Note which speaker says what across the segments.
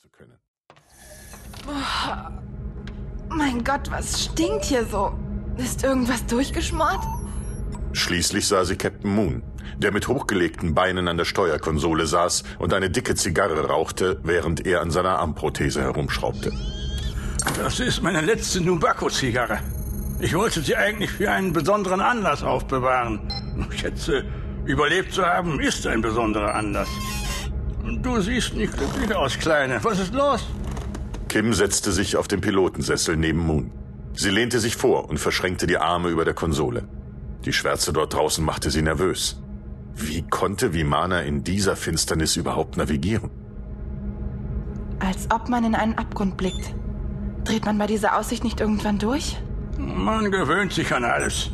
Speaker 1: zu können.
Speaker 2: Oh, mein Gott, was stinkt hier so? Ist irgendwas durchgeschmort?
Speaker 1: Schließlich sah sie Captain Moon, der mit hochgelegten Beinen an der Steuerkonsole saß und eine dicke Zigarre rauchte, während er an seiner Armprothese herumschraubte.
Speaker 3: Das ist meine letzte Nubaco-Zigarre. Ich wollte sie eigentlich für einen besonderen Anlass aufbewahren. Ich schätze, überlebt zu haben ist ein besonderer Anlass. Du siehst nicht glücklich aus, Kleine. Was ist los?
Speaker 1: Kim setzte sich auf den Pilotensessel neben Moon. Sie lehnte sich vor und verschränkte die Arme über der Konsole. Die Schwärze dort draußen machte sie nervös. Wie konnte Vimana in dieser Finsternis überhaupt navigieren?
Speaker 2: Als ob man in einen Abgrund blickt. Dreht man bei dieser Aussicht nicht irgendwann durch?
Speaker 3: Man gewöhnt sich an alles.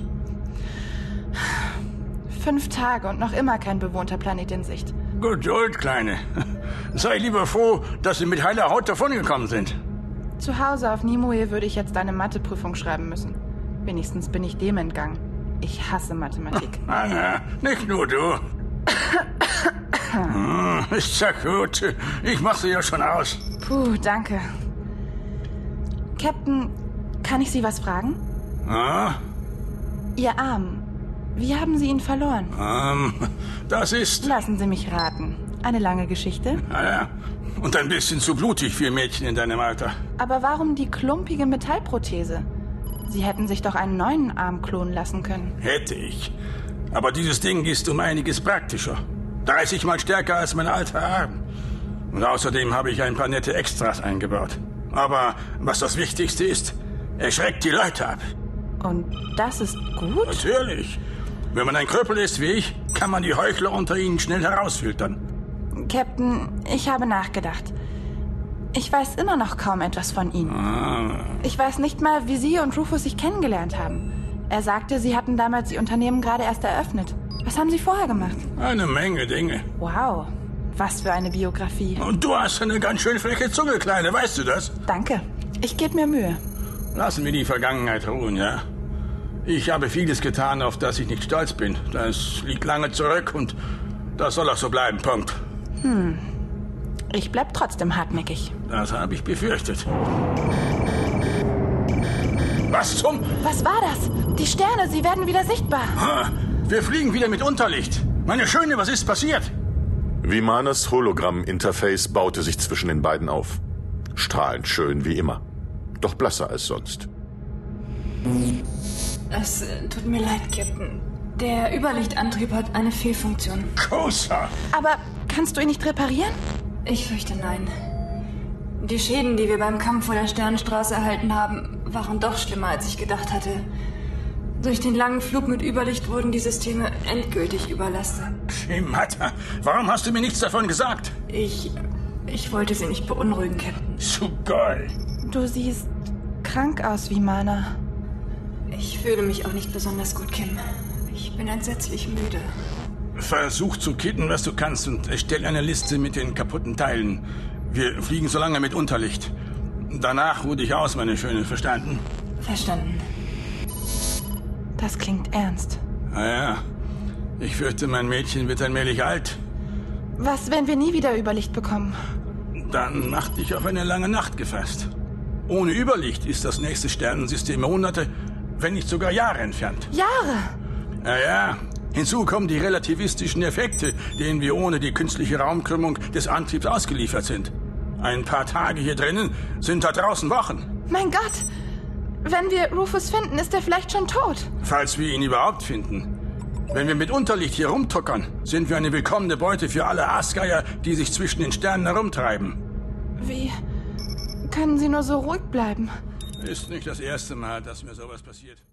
Speaker 2: Fünf Tage und noch immer kein bewohnter Planet in Sicht.
Speaker 3: Geduld, Kleine. Sei lieber froh, dass Sie mit heiler Haut davongekommen sind.
Speaker 2: Zu Hause auf Nimue würde ich jetzt eine Matheprüfung schreiben müssen. Wenigstens bin ich dem entgangen. Ich hasse Mathematik.
Speaker 3: Anna, Ah, nicht nur du. Hm, Ist ja gut. Ich mach sie ja schon aus.
Speaker 2: Puh, danke. Captain, kann ich Sie was fragen?
Speaker 3: Ah,
Speaker 2: Ihr Arm. Wie haben Sie ihn verloren?
Speaker 3: ähm, das ist.
Speaker 2: Lassen Sie mich raten. Eine lange Geschichte.
Speaker 3: Naja, und ein bisschen zu blutig für Mädchen in deinem Alter.
Speaker 2: Aber warum die klumpige Metallprothese? Sie hätten sich doch einen neuen Arm klonen lassen können.
Speaker 3: Hätte ich. Aber dieses Ding ist um einiges praktischer. 30 mal stärker als mein alter Arm. Und außerdem habe ich ein paar nette Extras eingebaut. Aber was das Wichtigste ist, er schreckt die Leute ab.
Speaker 2: Und das ist gut?
Speaker 3: Natürlich. Wenn man ein Kröpel ist wie ich, kann man die Heuchler unter ihnen schnell herausfiltern.
Speaker 2: Captain, ich habe nachgedacht. Ich weiß immer noch kaum etwas von Ihnen.
Speaker 3: Ah,
Speaker 2: Ich weiß nicht mal, wie Sie und Rufus sich kennengelernt haben. Er sagte, Sie hatten damals Ihr Unternehmen gerade erst eröffnet. Was haben Sie vorher gemacht?
Speaker 3: Eine Menge Dinge.
Speaker 2: Wow, was für eine Biografie.
Speaker 3: Und du hast eine ganz schön freche Zunge, Kleine, weißt du das?
Speaker 2: Danke. Ich gebe mir Mühe.
Speaker 3: Lassen wir die Vergangenheit ruhen, ja? Ich habe vieles getan, auf das ich nicht stolz bin. Das liegt lange zurück und das soll auch so bleiben, Punkt.
Speaker 2: Ich bleib trotzdem hartnäckig.
Speaker 3: Das habe ich befürchtet. Was zum...
Speaker 2: Was war das? Die Sterne, sie werden wieder sichtbar.
Speaker 3: Ah, Wir fliegen wieder mit Unterlicht. Meine Schöne, was ist passiert?
Speaker 1: Vimanas Hologramm-Interface baute sich zwischen den beiden auf. Strahlend schön wie immer. Doch blasser als sonst.
Speaker 4: Es äh, tut mir leid, Captain. Der Überlichtantrieb hat eine Fehlfunktion.
Speaker 3: Kosa!
Speaker 2: Aber kannst du ihn nicht reparieren?
Speaker 4: Ich fürchte nein. Die Schäden, die wir beim Kampf vor der Sternenstraße erhalten haben, waren doch schlimmer, als ich gedacht hatte. Durch den langen Flug mit Überlicht wurden die Systeme endgültig überlastet.
Speaker 3: Schemata, warum hast du mir nichts davon gesagt?
Speaker 4: Ich. Ich wollte sie nicht beunruhigen, Captain.
Speaker 3: Sugoi.
Speaker 2: Du siehst krank aus, Vimana.
Speaker 4: Ich fühle mich auch nicht besonders gut, Kim. Ich bin entsetzlich müde.
Speaker 3: Versuch zu kitten, was du kannst und erstell eine Liste mit den kaputten Teilen. Wir fliegen so lange mit Unterlicht. Danach ruh dich aus, meine Schöne, verstanden?
Speaker 4: Verstanden.
Speaker 2: Das klingt ernst.
Speaker 3: Naja, Ah ich fürchte, mein Mädchen wird allmählich alt.
Speaker 2: Was, wenn wir nie wieder Überlicht bekommen?
Speaker 3: Dann mach dich auf eine lange Nacht gefasst. Ohne Überlicht ist das nächste Sternensystem Monate, wenn nicht sogar Jahre entfernt.
Speaker 2: Jahre!
Speaker 3: Naja, hinzu kommen die relativistischen Effekte, denen wir ohne die künstliche Raumkrümmung des Antriebs ausgeliefert sind. Ein paar Tage hier drinnen sind da draußen Wochen,
Speaker 2: Mein Gott! Wenn wir Rufus finden, ist er vielleicht schon tot.
Speaker 3: falls wir ihn überhaupt finden. Wenn wir mit Unterlicht hier rumtuckern, sind wir eine willkommene Beute für alle Aasgeier, die sich zwischen den Sternen herumtreiben.
Speaker 2: Wie können Sie nur so ruhig bleiben?
Speaker 3: Ist nicht das erste Mal, dass mir sowas passiert.